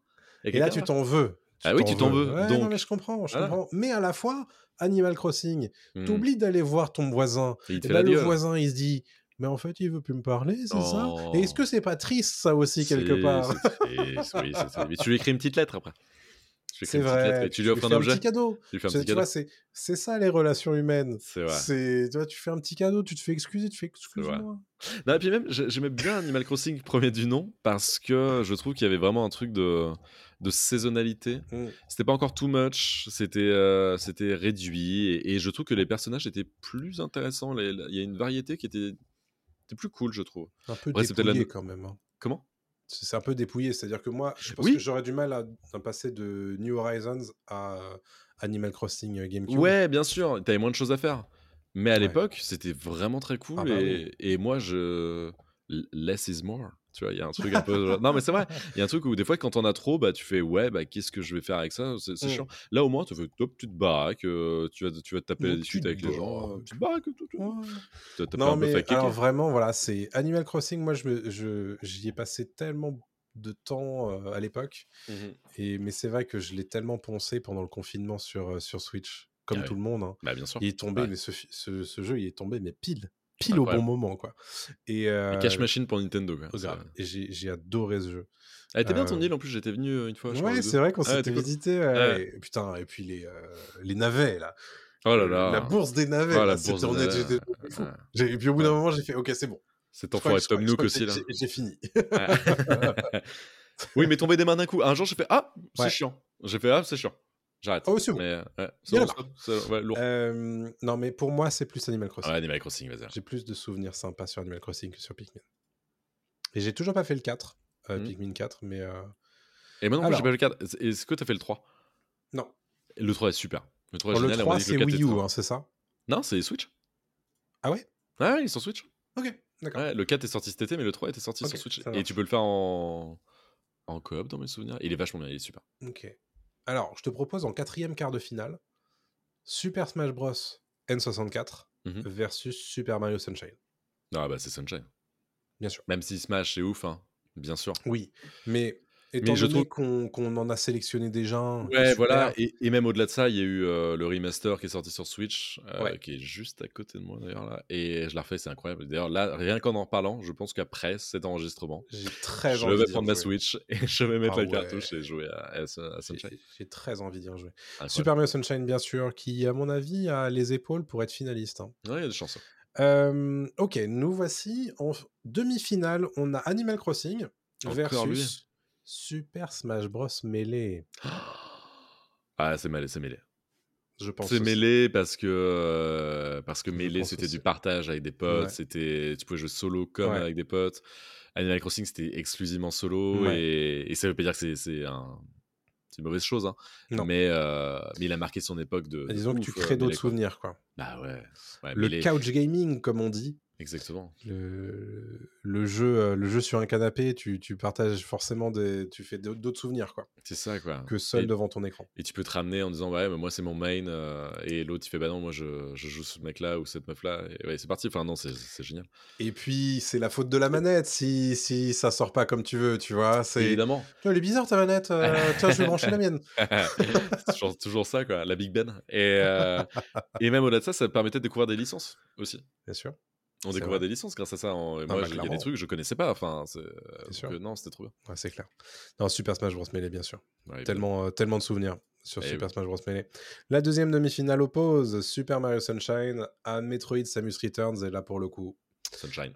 Speaker 2: Y a
Speaker 1: Et là,
Speaker 2: quelqu'un
Speaker 1: tu t'en veux.
Speaker 2: Ah oui, tu t'en veux.
Speaker 1: Ouais,
Speaker 2: donc,
Speaker 1: non, mais je comprends, je
Speaker 2: Voilà.
Speaker 1: comprends. Mais à la fois, Animal Crossing,
Speaker 2: hmm,
Speaker 1: t'oublies d'aller voir ton voisin.
Speaker 2: et il te
Speaker 1: Et bah,
Speaker 2: fait
Speaker 1: là,
Speaker 2: la
Speaker 1: le
Speaker 2: gueule.
Speaker 1: voisin, il se dit, mais en fait, il veut plus me parler, c'est ça
Speaker 2: Oh.
Speaker 1: Et est-ce que c'est pas triste, ça aussi, quelque
Speaker 2: C'est-
Speaker 1: part
Speaker 2: c'est triste, oui, c'est triste. Mais tu lui écris une petite lettre après. Tu lui écris
Speaker 1: C'est
Speaker 2: une petite lettre
Speaker 1: vrai.
Speaker 2: et tu lui offres un
Speaker 1: fais
Speaker 2: objet.
Speaker 1: petit cadeau.
Speaker 2: Tu lui fais un
Speaker 1: Tu-
Speaker 2: petit
Speaker 1: tu
Speaker 2: cadeau.
Speaker 1: vois, c'est c'est ça, les relations humaines.
Speaker 2: C'est vrai.
Speaker 1: C'est- Tu vois, tu fais un petit cadeau, tu te fais excuser, tu fais
Speaker 2: vrai.
Speaker 1: excuse-moi.
Speaker 2: Non, et puis même, j'ai- j'aimais bien Animal Crossing, premier du nom, parce que je trouve qu'il y avait vraiment un truc de, de saisonnalité.
Speaker 1: Mm.
Speaker 2: C'était pas encore too much, c'était euh, c'était réduit, et, et je trouve que les personnages étaient plus intéressants. les- les- Il y a une variété qui était, était plus cool, je trouve.
Speaker 1: Un peu
Speaker 2: Après, c'est peut-être la-
Speaker 1: dépouillé, quand même. hein.
Speaker 2: Comment
Speaker 1: C'est c'est un peu dépouillé, c'est-à-dire que moi, je pense
Speaker 2: Oui.
Speaker 1: que j'aurais du mal à, à passer de New Horizons à Animal Crossing euh, GameCube.
Speaker 2: Ouais, bien sûr, t'avais moins de choses à faire. Mais à
Speaker 1: Ouais. bah
Speaker 2: l'époque, c'était vraiment très cool,
Speaker 1: Ah bah
Speaker 2: et, et moi, je. Less is more. Tu vois, il y a un truc un peu. Non, mais c'est vrai. Il y a un truc où des fois, quand on a trop, bah, tu fais ouais, bah, qu'est-ce que je vais faire avec ça C'est c'est
Speaker 1: Mm.
Speaker 2: chiant. Là, au moins, tu fais toi, petite baraque, euh, tu, vas, tu vas te taper la
Speaker 1: Une
Speaker 2: discute avec
Speaker 1: petite
Speaker 2: les gens. euh,
Speaker 1: baraque.
Speaker 2: Petite baraque, tout, tout. Tu vas te taper
Speaker 1: Non,
Speaker 2: un bœuf à
Speaker 1: mais
Speaker 2: cake.
Speaker 1: alors vraiment, voilà, c'est Animal Crossing. Moi, je me- je- j'y ai passé tellement de temps euh, à l'époque.
Speaker 2: Mhm.
Speaker 1: Et, mais c'est vrai que je l'ai tellement poncé pendant le confinement sur, euh, sur Switch, comme
Speaker 2: Ah oui.
Speaker 1: tout le monde. hein.
Speaker 2: Bah, bien sûr.
Speaker 1: Il est tombé,
Speaker 2: Ouais.
Speaker 1: mais ce, fi- ce- ce jeu, il est tombé, mais pile, pile au bon
Speaker 2: Incroyable.
Speaker 1: moment, quoi. Et, euh,
Speaker 2: Une Cash machine pour Nintendo. Quoi. Ça-
Speaker 1: grave. Et j'ai j'ai adoré ce jeu.
Speaker 2: Elle était bien ton
Speaker 1: Euh,
Speaker 2: île en plus, j'étais venu euh, une fois. je crois,
Speaker 1: ouais,
Speaker 2: ou deux.
Speaker 1: c'est vrai qu'on
Speaker 2: Ah,
Speaker 1: s'était
Speaker 2: t'es cool.
Speaker 1: visité. ouais, et- putain, et puis les, euh, les navets, là.
Speaker 2: Oh là là.
Speaker 1: La bourse des navets.
Speaker 2: Ah,
Speaker 1: là,
Speaker 2: la
Speaker 1: c'était-
Speaker 2: bourse des
Speaker 1: on était-
Speaker 2: navets.
Speaker 1: j'étais fou.
Speaker 2: Ah.
Speaker 1: J'ai- Et puis au bout d'un moment, j'ai fait, ok, c'est bon.
Speaker 2: Cet
Speaker 1: Je crois
Speaker 2: enfoiré
Speaker 1: que- je
Speaker 2: Tom
Speaker 1: crois- je
Speaker 2: Nook
Speaker 1: crois que
Speaker 2: aussi, là.
Speaker 1: j'ai- J'ai fini.
Speaker 2: Ouais. oui, mais tomber des mains d'un coup. Un jour, j'ai fait Ah, c'est
Speaker 1: Ouais.
Speaker 2: chiant. J'ai fait Ah, c'est chiant. J'arrête.
Speaker 1: Ah oui, c'est bon.
Speaker 2: Mais, euh, ouais, c'est
Speaker 1: Il y en
Speaker 2: bon,
Speaker 1: a
Speaker 2: c'est- c'est- ouais, lourd.
Speaker 1: Euh, non, mais pour moi, c'est plus Animal Crossing.
Speaker 2: Ouais, Animal Crossing, vas-y.
Speaker 1: J'ai plus de souvenirs sympas sur Animal Crossing que sur Pikmin. Et j'ai toujours pas fait le 4, euh,
Speaker 2: Mhm.
Speaker 1: Pikmin 4, mais euh,
Speaker 2: Et maintenant,
Speaker 1: Alors.
Speaker 2: j'ai pas le 4. Est- Est-ce que t'as fait le 3
Speaker 1: non.
Speaker 2: Le 3 est super. Le 3 est
Speaker 1: Alors, le
Speaker 2: génial. et on m'a
Speaker 1: 3,
Speaker 2: dit que
Speaker 1: c'est
Speaker 2: le 4
Speaker 1: Wii
Speaker 2: était
Speaker 1: U,
Speaker 2: trop-
Speaker 1: hein, c'est ça
Speaker 2: Non, c'est Switch.
Speaker 1: Ah ouais
Speaker 2: Ouais, ouais, ils sont Switch.
Speaker 1: Ok, d'accord.
Speaker 2: Ouais, le 4 est sorti cet été, mais le 3 était sorti
Speaker 1: Ok,
Speaker 2: sur Switch.
Speaker 1: ça
Speaker 2: Et
Speaker 1: marche.
Speaker 2: tu peux le faire en. En coop, dans mes souvenirs. Il est vachement bien, il est super.
Speaker 1: Ok. Alors, je te propose en quatrième quart de finale Super Smash Bros. N64
Speaker 2: Mhm.
Speaker 1: versus Super Mario Sunshine.
Speaker 2: Ah, bah, c'est Sunshine.
Speaker 1: Bien sûr.
Speaker 2: Même si Smash, c'est ouf, hein. Bien sûr.
Speaker 1: Oui, mais étant
Speaker 2: je
Speaker 1: donné
Speaker 2: trouve-
Speaker 1: qu'on qu'on en a sélectionné déjà un,
Speaker 2: Ouais,
Speaker 1: super,
Speaker 2: voilà. Et, et même au-delà de ça, il y a eu euh, le remaster qui est sorti sur Switch, euh,
Speaker 1: Ouais.
Speaker 2: qui est juste à côté de moi d'ailleurs là. Et je la refais, c'est incroyable. D'ailleurs, là, rien qu'en en parlant, je pense qu'après cet enregistrement,
Speaker 1: j'ai très
Speaker 2: je
Speaker 1: envie
Speaker 2: vais
Speaker 1: d'y
Speaker 2: prendre ma
Speaker 1: rejouer.
Speaker 2: Switch et je vais mettre
Speaker 1: Ah
Speaker 2: la cartouche
Speaker 1: ouais.
Speaker 2: et jouer à, à, Sun- à
Speaker 1: J'ai-
Speaker 2: Sunshine.
Speaker 1: J'ai très envie d'y rejouer.
Speaker 2: Incroyable.
Speaker 1: Super Mario Sunshine, bien sûr, qui, à mon avis, a les épaules pour être finaliste. hein.
Speaker 2: Ouais, il y a des chances.
Speaker 1: Euh, ok, nous voici en f- demi-finale. On a Animal Crossing
Speaker 2: Encore
Speaker 1: versus
Speaker 2: lui.
Speaker 1: Super Smash Bros. Melee.
Speaker 2: Ah, c'est mêlé, c'est mêlé.
Speaker 1: Je pense.
Speaker 2: C'est
Speaker 1: aussi.
Speaker 2: mêlé parce que euh, parce que
Speaker 1: Je
Speaker 2: mêlé
Speaker 1: pense
Speaker 2: c'était du
Speaker 1: aussi.
Speaker 2: partage avec des potes,
Speaker 1: Ouais.
Speaker 2: c'était tu pouvais jouer solo comme
Speaker 1: Ouais.
Speaker 2: avec des potes. Animal Crossing c'était exclusivement solo
Speaker 1: Ouais.
Speaker 2: et, et ça veut pas dire que c'est c'est un- c'est une mauvaise chose hein.
Speaker 1: Non.
Speaker 2: Mais euh, mais il a marqué son époque de. de
Speaker 1: Bah, Disons que
Speaker 2: ouf,
Speaker 1: tu
Speaker 2: euh,
Speaker 1: crées d'autres
Speaker 2: Melee, quoi.
Speaker 1: souvenirs, quoi.
Speaker 2: Bah ouais. Ouais,
Speaker 1: Le
Speaker 2: Melee,
Speaker 1: couch gaming, comme on dit.
Speaker 2: Exactement.
Speaker 1: Le, le jeu, euh, le jeu sur un canapé, tu, tu partages forcément des. Tu fais d'autres d'autres souvenirs, quoi.
Speaker 2: C'est ça quoi.
Speaker 1: Que seul
Speaker 2: et,
Speaker 1: devant ton écran.
Speaker 2: et tu peux te ramener en disant ouais mais moi c'est mon main euh, et l'autre il fait bah non moi je, je joue ce mec là ou cette meuf là et ouais c'est parti enfin non c'est c'est génial.
Speaker 1: Et puis, c'est la faute de la manette si, si ça sort pas comme tu veux, tu vois. C'est.
Speaker 2: Évidemment.
Speaker 1: Oh, Elle est bizarre ta manette. euh, tiens, je vais brancher la mienne.
Speaker 2: c'est toujours, toujours ça, quoi, la Big Ben. Et, euh, et même au-delà de ça, ça permettait de découvrir des licences aussi.
Speaker 1: Bien sûr.
Speaker 2: On
Speaker 1: C'est
Speaker 2: découvrait des
Speaker 1: vrai.
Speaker 2: licences grâce à ça. en- et
Speaker 1: Ah
Speaker 2: moi,
Speaker 1: bah,
Speaker 2: je- il y a des
Speaker 1: clairement.
Speaker 2: trucs que je connaissais pas. Enfin, c'est- donc,
Speaker 1: sûr.
Speaker 2: euh, non, c'était trop bien.
Speaker 1: Ouais, c'est clair. Non, Super Smash Bros. Melee, bien sûr.
Speaker 2: Ouais,
Speaker 1: Tellement, euh, tellement de souvenirs sur
Speaker 2: ben. Eh
Speaker 1: Super Smash Bros. Melee. La deuxième demi-finale oppose Super Mario Sunshine à Metroid Samus Returns. Et là, pour le coup,
Speaker 2: Sunshine.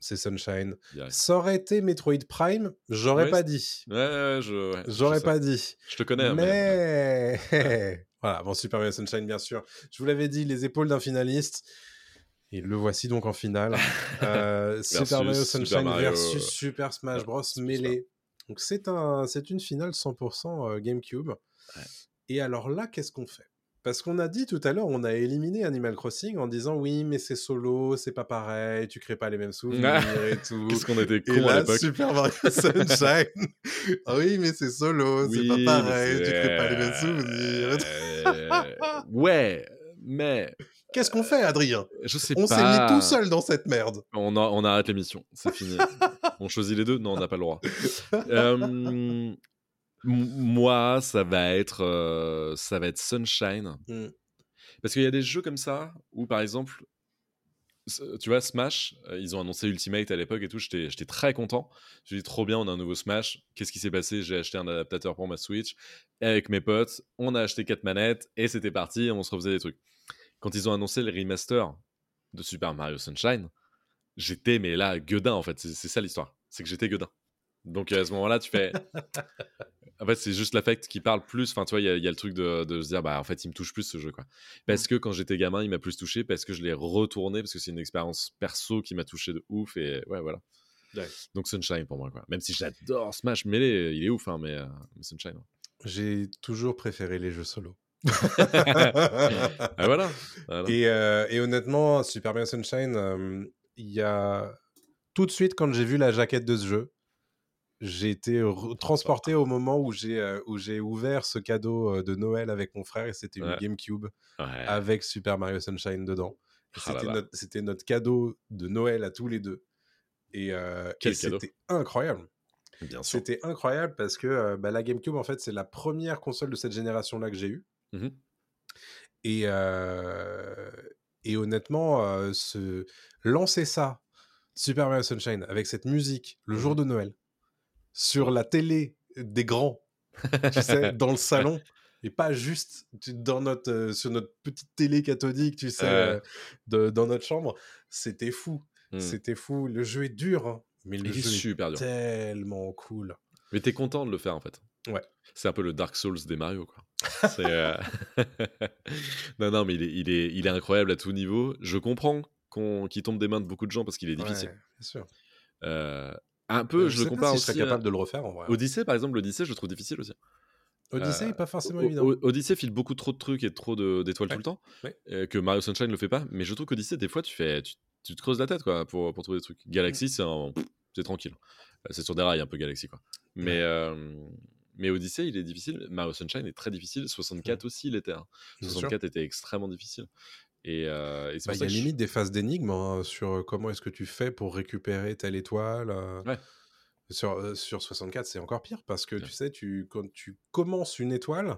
Speaker 1: c'est Sunshine.
Speaker 2: direct.
Speaker 1: Ça aurait été Metroid Prime, j'aurais
Speaker 2: Ouais,
Speaker 1: pas dit.
Speaker 2: Ouais, ouais, je, ouais, je
Speaker 1: J'aurais
Speaker 2: sais.
Speaker 1: pas dit.
Speaker 2: Je te connais. hein, mais-
Speaker 1: Mais. voilà, bon, Super Mario Sunshine, bien sûr. Je vous l'avais dit, les épaules d'un finaliste. Et le voici donc en finale. Euh,
Speaker 2: Versus
Speaker 1: Super Mario
Speaker 2: Super
Speaker 1: Sunshine
Speaker 2: Mario, euh,
Speaker 1: versus Super Smash Bros.
Speaker 2: Smash
Speaker 1: Melee. Donc c'est un, c'est une finale 100% euh, GameCube. Et alors là, qu'est-ce qu'on fait Parce qu'on a dit tout à l'heure, on a éliminé Animal Crossing en disant oui, mais c'est solo, c'est pas pareil, tu crées pas les mêmes souvenirs et tout.
Speaker 2: Qu'est-ce qu'on était
Speaker 1: Et
Speaker 2: cons à
Speaker 1: là,
Speaker 2: l'époque.
Speaker 1: Super Mario Sunshine. Ah oui, mais c'est solo, c'est
Speaker 2: Oui,
Speaker 1: pas
Speaker 2: mais
Speaker 1: pareil, tu
Speaker 2: c'est-
Speaker 1: crées pas les mêmes souvenirs.
Speaker 2: Euh, ouais, mais
Speaker 1: Qu'est-ce qu'on fait, Adrien
Speaker 2: je sais
Speaker 1: On
Speaker 2: pas.
Speaker 1: s'est mis tout seul dans cette merde.
Speaker 2: On, a- on arrête l'émission, c'est fini. on choisit les deux Non, on n'a pas le droit. Euh, m- moi, ça va être, euh, ça va être Sunshine.
Speaker 1: Mm.
Speaker 2: Parce qu'il y a des jeux comme ça où, par exemple, s- tu vois, Smash, euh, ils ont annoncé Ultimate à l'époque et tout, j'étais j'étais très content. Je me dit, trop bien, on a un nouveau Smash. Qu'est-ce qui s'est passé J'ai acheté un adaptateur pour ma Switch avec mes potes. On a acheté quatre manettes et c'était parti, on se refaisait des trucs. Quand ils ont annoncé le remaster de Super Mario Sunshine, j'étais, mais là, gueudin en fait. C'est c'est ça l'histoire. C'est que j'étais gueudin. Donc euh, à ce moment-là, tu fais. En fait, c'est juste l'affect qui parle plus. Enfin, tu vois, il y, a- il y a le truc de, de se dire, bah, en fait, il me touche plus ce jeu, quoi. Parce
Speaker 1: Mmh.
Speaker 2: que quand j'étais gamin, il m'a plus touché, parce que je l'ai retourné, parce que c'est une expérience perso qui m'a touché de ouf. Et ouais, voilà.
Speaker 1: Ouais.
Speaker 2: Donc Sunshine pour moi, quoi. Même si j'adore Smash Melee, il est ouf, hein, mais, euh, mais Sunshine. ouais.
Speaker 1: J'ai toujours préféré les jeux solo.
Speaker 2: Ah voilà. voilà.
Speaker 1: et, euh, et honnêtement, Super Mario Sunshine, euh, il y a tout de suite, quand j'ai vu la jaquette de ce jeu, j'ai été re- transporté au moment où j'ai euh, où j'ai ouvert ce cadeau euh, de Noël avec mon frère et c'était une
Speaker 2: Ouais.
Speaker 1: GameCube
Speaker 2: Ouais.
Speaker 1: avec Super Mario Sunshine dedans. Et
Speaker 2: Ah
Speaker 1: C'était
Speaker 2: là là.
Speaker 1: notre, c'était notre cadeau de Noël à tous les deux. Et, euh,
Speaker 2: Quel
Speaker 1: et
Speaker 2: cadeau.
Speaker 1: c'était incroyable.
Speaker 2: Bien sûr.
Speaker 1: C'était incroyable parce que euh, bah, la GameCube, en fait, c'est la première console de cette génération-là que j'ai eue.
Speaker 2: Mhm.
Speaker 1: Et, euh, et honnêtement, euh, se lancer ça, Super Mario Sunshine, avec cette musique, le
Speaker 2: Mmh.
Speaker 1: jour de Noël, sur la télé des grands, tu sais, dans le salon, et pas juste tu- dans notre, euh, sur notre petite télé cathodique, tu sais,
Speaker 2: Ouais.
Speaker 1: euh, de- dans notre chambre, c'était fou.
Speaker 2: Mhm.
Speaker 1: C'était fou. Le jeu est dur, hein, mais le
Speaker 2: Il est
Speaker 1: jeu est
Speaker 2: super dur.
Speaker 1: tellement cool.
Speaker 2: Mais t'es content de le faire en fait.
Speaker 1: Ouais.
Speaker 2: C'est un peu le Dark Souls des Mario quoi. C'est, euh, non non mais il est, il est il est incroyable à tout niveau. Je comprends qu'on qu'il tombe des mains de beaucoup de gens parce qu'il est difficile.
Speaker 1: Ouais, bien sûr.
Speaker 2: Euh, un peu, je, le
Speaker 1: sais pas
Speaker 2: compare
Speaker 1: si je serais
Speaker 2: aussi.
Speaker 1: capable
Speaker 2: à-
Speaker 1: de le refaire en vrai.
Speaker 2: Odyssey par exemple, l'Odyssée je le trouve difficile aussi.
Speaker 1: Odyssey,
Speaker 2: euh,
Speaker 1: pas forcément
Speaker 2: O-
Speaker 1: évident.
Speaker 2: O- Odyssey file beaucoup trop de trucs et trop de- d'étoiles
Speaker 1: Ouais,
Speaker 2: tout le temps,
Speaker 1: ouais.
Speaker 2: euh, que Mario Sunshine le fait pas. Mais je trouve qu'Odyssey, des fois, tu fais, tu, tu te creuses la tête quoi, pour, pour trouver des
Speaker 1: Mmh.
Speaker 2: trucs. Galaxy, c'est un- pff, c'est tranquille. Euh, C'est sur des rails un peu Galaxy. Quoi. Mais, euh, mais Odyssey, il est difficile. Mario Sunshine est très difficile. 64 aussi, il était. hein.
Speaker 1: Bien sûr.
Speaker 2: 64 était extrêmement difficile. Et, euh, et c'est
Speaker 1: Bah,
Speaker 2: pour
Speaker 1: Il
Speaker 2: ça
Speaker 1: y a
Speaker 2: que je-
Speaker 1: limite des phases d'énigmes hein, sur euh, comment est-ce que tu fais pour récupérer telle étoile. euh,
Speaker 2: Ouais.
Speaker 1: Sur, euh, sur 64, c'est encore pire parce que
Speaker 2: Ouais.
Speaker 1: tu sais, tu, quand tu commences une étoile,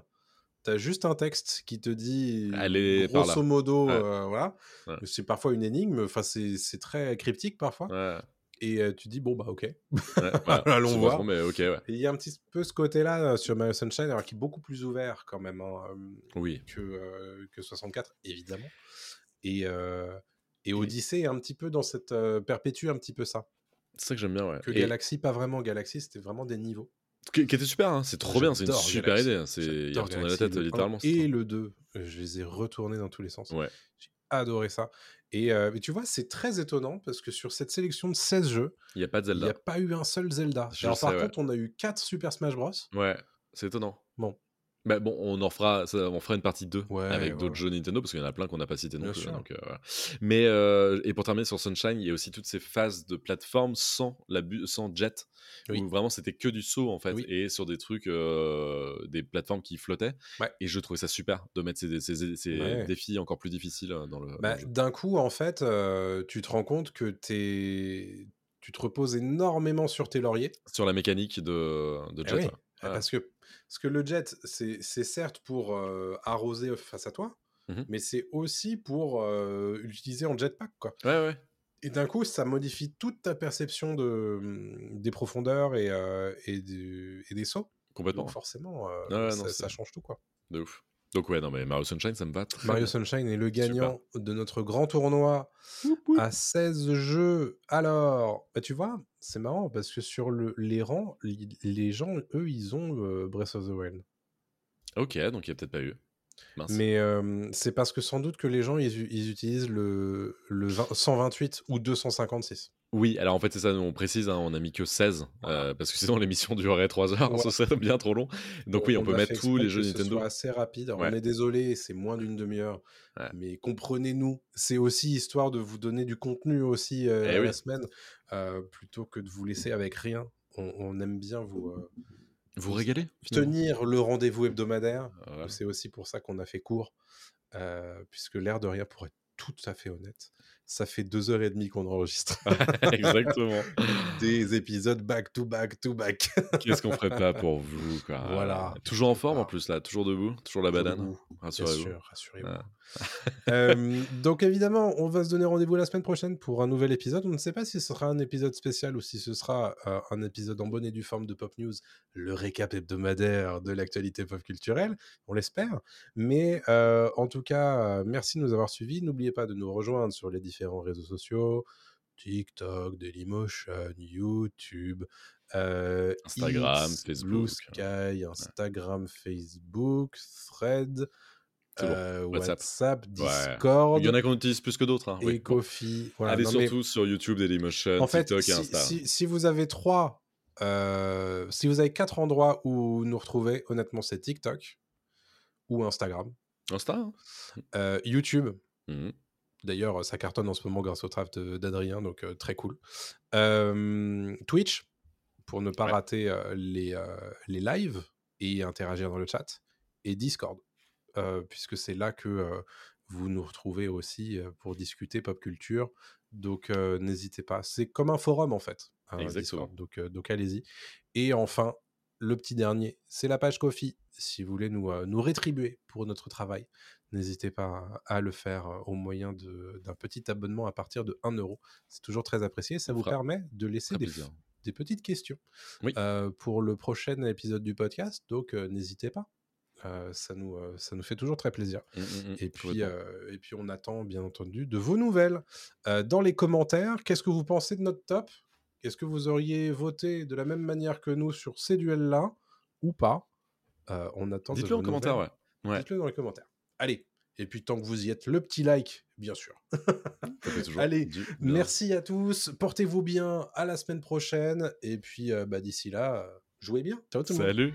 Speaker 1: tu as juste un texte qui te dit
Speaker 2: Allez par
Speaker 1: grosso
Speaker 2: là.
Speaker 1: modo,
Speaker 2: Ouais.
Speaker 1: euh, voilà.
Speaker 2: Ouais.
Speaker 1: C'est parfois une énigme, enfin, c'est c'est très cryptique parfois.
Speaker 2: Ouais,
Speaker 1: Et euh, tu dis, bon, bah ok.
Speaker 2: ouais, voilà.
Speaker 1: Allons
Speaker 2: C'est
Speaker 1: voir.
Speaker 2: vraiment, Mais ok, ouais.
Speaker 1: Et Il y a un petit peu ce côté-là euh, sur Mario Sunshine, alors qui est beaucoup plus ouvert quand même. hein, euh,
Speaker 2: Oui.
Speaker 1: que, euh, que 64, évidemment. Et, euh, et Odyssey est un petit peu dans cette. euh, perpétue un petit peu ça.
Speaker 2: C'est ça que j'aime bien. Ouais.
Speaker 1: Que
Speaker 2: Et-
Speaker 1: Galaxy, pas vraiment Galaxy, c'était vraiment des niveaux.
Speaker 2: qui, qui était super, hein. c'est trop bien, c'est une
Speaker 1: J'adore
Speaker 2: super
Speaker 1: Galaxy.
Speaker 2: idée. hein. C'est il a
Speaker 1: J'adore
Speaker 2: retourné la
Speaker 1: Galaxy,
Speaker 2: tête
Speaker 1: le un
Speaker 2: littéralement. c'est
Speaker 1: Et
Speaker 2: trop-
Speaker 1: le 2, euh, je les ai retournés dans tous les sens.
Speaker 2: Ouais.
Speaker 1: J'ai adoré ça. Et euh, mais tu vois, c'est très étonnant parce que sur cette sélection de 16 jeux,
Speaker 2: Il n'y a pas de
Speaker 1: il n'y
Speaker 2: Zelda.
Speaker 1: a pas eu un seul Zelda.
Speaker 2: Je
Speaker 1: Alors,
Speaker 2: sais,
Speaker 1: par
Speaker 2: ouais.
Speaker 1: contre, on a eu 4 Super Smash Bros.
Speaker 2: Ouais, c'est étonnant.
Speaker 1: Bon.
Speaker 2: Bah bon, on en fera, ça, on fera une partie 2
Speaker 1: Ouais,
Speaker 2: avec
Speaker 1: ouais,
Speaker 2: d'autres
Speaker 1: ouais.
Speaker 2: jeux Nintendo parce qu'il y en a plein qu'on n'a pas cité non
Speaker 1: Bien
Speaker 2: plus.
Speaker 1: sûr.
Speaker 2: hein, donc, euh, voilà. Mais euh, et pour terminer sur Sunshine, il y a aussi toutes ces phases de plateforme sans la bu- sans jet
Speaker 1: Oui.
Speaker 2: où vraiment c'était que du saut en fait
Speaker 1: Oui.
Speaker 2: et sur des trucs euh, des plateformes qui flottaient.
Speaker 1: Ouais.
Speaker 2: Et je trouvais ça super de mettre ces, ces- ces
Speaker 1: Ouais.
Speaker 2: défis encore plus difficiles euh, dans le. dans
Speaker 1: Bah,
Speaker 2: le jeu.
Speaker 1: D'un coup, en fait, euh, tu te rends compte que t'es- tu te reposes énormément sur tes lauriers.
Speaker 2: Sur la mécanique de, de
Speaker 1: Eh
Speaker 2: jet.
Speaker 1: oui,
Speaker 2: ouais.
Speaker 1: Ah,
Speaker 2: Ouais.
Speaker 1: Parce que, parce que le jet, c'est c'est certes pour euh, arroser face à toi,
Speaker 2: Mhm.
Speaker 1: mais c'est aussi pour euh, l'utiliser en jetpack. Quoi.
Speaker 2: ouais, ouais.
Speaker 1: Et d'un coup, ça modifie toute ta perception de, mmh, des profondeurs et, euh, et, du- et des sauts.
Speaker 2: Complètement.
Speaker 1: Donc forcément, euh,
Speaker 2: Ouais, ouais,
Speaker 1: ça,
Speaker 2: non, c'est-
Speaker 1: ça change tout. Quoi.
Speaker 2: De ouf. Donc ouais, non mais Mario Sunshine, ça me va très
Speaker 1: Mario
Speaker 2: bien.
Speaker 1: Sunshine est le gagnant de notre grand tournoi à 16 jeux. Alors, bah, tu vois, c'est marrant parce que sur le, les rangs, li- les gens, eux, ils ont euh, Breath of the Wild.
Speaker 2: Ok, donc il y a peut-être pas eu. Mince.
Speaker 1: Mais euh, c'est parce que sans doute que les gens, ils, u- ils utilisent le, le 20 128 ou 256.
Speaker 2: Oui, alors en fait c'est ça, nous on précise, hein, on a mis que 16, euh, parce que sinon l'émission durerait 3 heures,
Speaker 1: Ouais.
Speaker 2: ce serait bien trop long. Donc oui, on, peut
Speaker 1: a
Speaker 2: mettre
Speaker 1: fait
Speaker 2: tous les jeux
Speaker 1: exprès que ce
Speaker 2: Nintendo.
Speaker 1: soit assez rapide. Alors,
Speaker 2: Ouais.
Speaker 1: On est désolé, c'est moins d'une demi-heure.
Speaker 2: Ouais.
Speaker 1: Mais comprenez-nous, c'est aussi histoire de vous donner du contenu aussi euh,
Speaker 2: Eh
Speaker 1: à la
Speaker 2: oui.
Speaker 1: semaine, euh, plutôt que de vous laisser avec rien. On, on aime bien vous euh,
Speaker 2: Vous régalez finalement.
Speaker 1: tenir le rendez-vous hebdomadaire.
Speaker 2: Voilà.
Speaker 1: C'est aussi pour ça qu'on a fait court, euh, puisque l'air de rien, pour être tout à fait honnête, ça fait deux heures et demie qu'on enregistre.
Speaker 2: Exactement.
Speaker 1: des épisodes back to back to back.
Speaker 2: Qu'est-ce qu'on ferait pas pour vous quoi.
Speaker 1: Voilà.
Speaker 2: Toujours en forme en
Speaker 1: Ah.
Speaker 2: plus là, toujours debout, toujours la banane. hein,
Speaker 1: Bien
Speaker 2: Rassurez-vous. Ah.
Speaker 1: sûr, rassurez-vous. Euh, donc évidemment, on va se donner rendez-vous la semaine prochaine pour un nouvel épisode. On ne sait pas si ce sera un épisode spécial ou si ce sera euh, un épisode en bonne et due forme de Pop News, le récap hebdomadaire de l'actualité pop culturelle. On l'espère. Mais euh, en tout cas, euh, merci de nous avoir suivis. N'oubliez pas de nous rejoindre sur les différents réseaux sociaux. TikTok, Dailymotion, YouTube, euh,
Speaker 2: Instagram,
Speaker 1: X,
Speaker 2: Facebook. hein.
Speaker 1: Blue Sky, Instagram, Facebook, Thread,
Speaker 2: C'est lourd.
Speaker 1: euh,
Speaker 2: WhatsApp.
Speaker 1: WhatsApp,
Speaker 2: Ouais.
Speaker 1: Discord,
Speaker 2: Il y en a qu'on utilise plus que d'autres. Hein.
Speaker 1: et
Speaker 2: oui. Bon.
Speaker 1: Kofi. Voilà,
Speaker 2: Allez
Speaker 1: non, mais
Speaker 2: surtout sur YouTube, Dailymotion,
Speaker 1: en fait,
Speaker 2: TikTok
Speaker 1: si,
Speaker 2: et Insta.
Speaker 1: si- si vous avez trois, euh, si vous avez quatre endroits où nous retrouver, honnêtement, c'est TikTok ou Instagram,
Speaker 2: Insta hein.
Speaker 1: euh, YouTube
Speaker 2: Mhm.
Speaker 1: D'ailleurs, ça cartonne en ce moment grâce au draft de- d'Adrien, donc euh, très cool. Euh, Twitch, pour ne pas
Speaker 2: Ouais.
Speaker 1: rater euh, les, euh, les lives et interagir dans le chat. Et Discord, euh, puisque c'est là que euh, vous nous retrouvez aussi euh, pour discuter pop culture. Donc euh, n'hésitez pas. C'est comme un forum en fait. euh,
Speaker 2: Exactement.
Speaker 1: Discord. Donc, euh, donc allez-y. Et enfin, le petit dernier, c'est la page Coffee. Si vous voulez nous, euh, nous rétribuer pour notre travail, n'hésitez pas à le faire euh, au moyen de- d'un petit abonnement à partir de 1 euro. C'est toujours très apprécié. Ça
Speaker 2: On
Speaker 1: vous
Speaker 2: fera
Speaker 1: permet de laisser
Speaker 2: Très
Speaker 1: des,
Speaker 2: plaisir.
Speaker 1: des petites questions
Speaker 2: Oui.
Speaker 1: euh, pour le prochain épisode du podcast. Donc euh, n'hésitez pas. Euh, ça, nous, euh, ça nous fait toujours très plaisir.
Speaker 2: Mm, mm, mm,
Speaker 1: Et puis,
Speaker 2: complètement.
Speaker 1: euh, et puis on attend bien entendu de vos nouvelles. Euh, dans les commentaires, qu'est-ce que vous pensez de notre top Est-ce que vous auriez voté de la même manière que nous sur ces duels-là ou pas Euh, On attend de
Speaker 2: Dites-le en
Speaker 1: vos
Speaker 2: commentaire,
Speaker 1: nouvelles.
Speaker 2: ouais. ouais.
Speaker 1: Dites-le dans les commentaires. Allez, et puis tant que vous y êtes, le petit like, bien sûr.
Speaker 2: Ça fait toujours
Speaker 1: Allez,
Speaker 2: du bien.
Speaker 1: Merci à tous, portez-vous bien, à la semaine prochaine, et puis euh, bah, d'ici là, euh, jouez bien. Ciao tout le monde.
Speaker 2: Salut.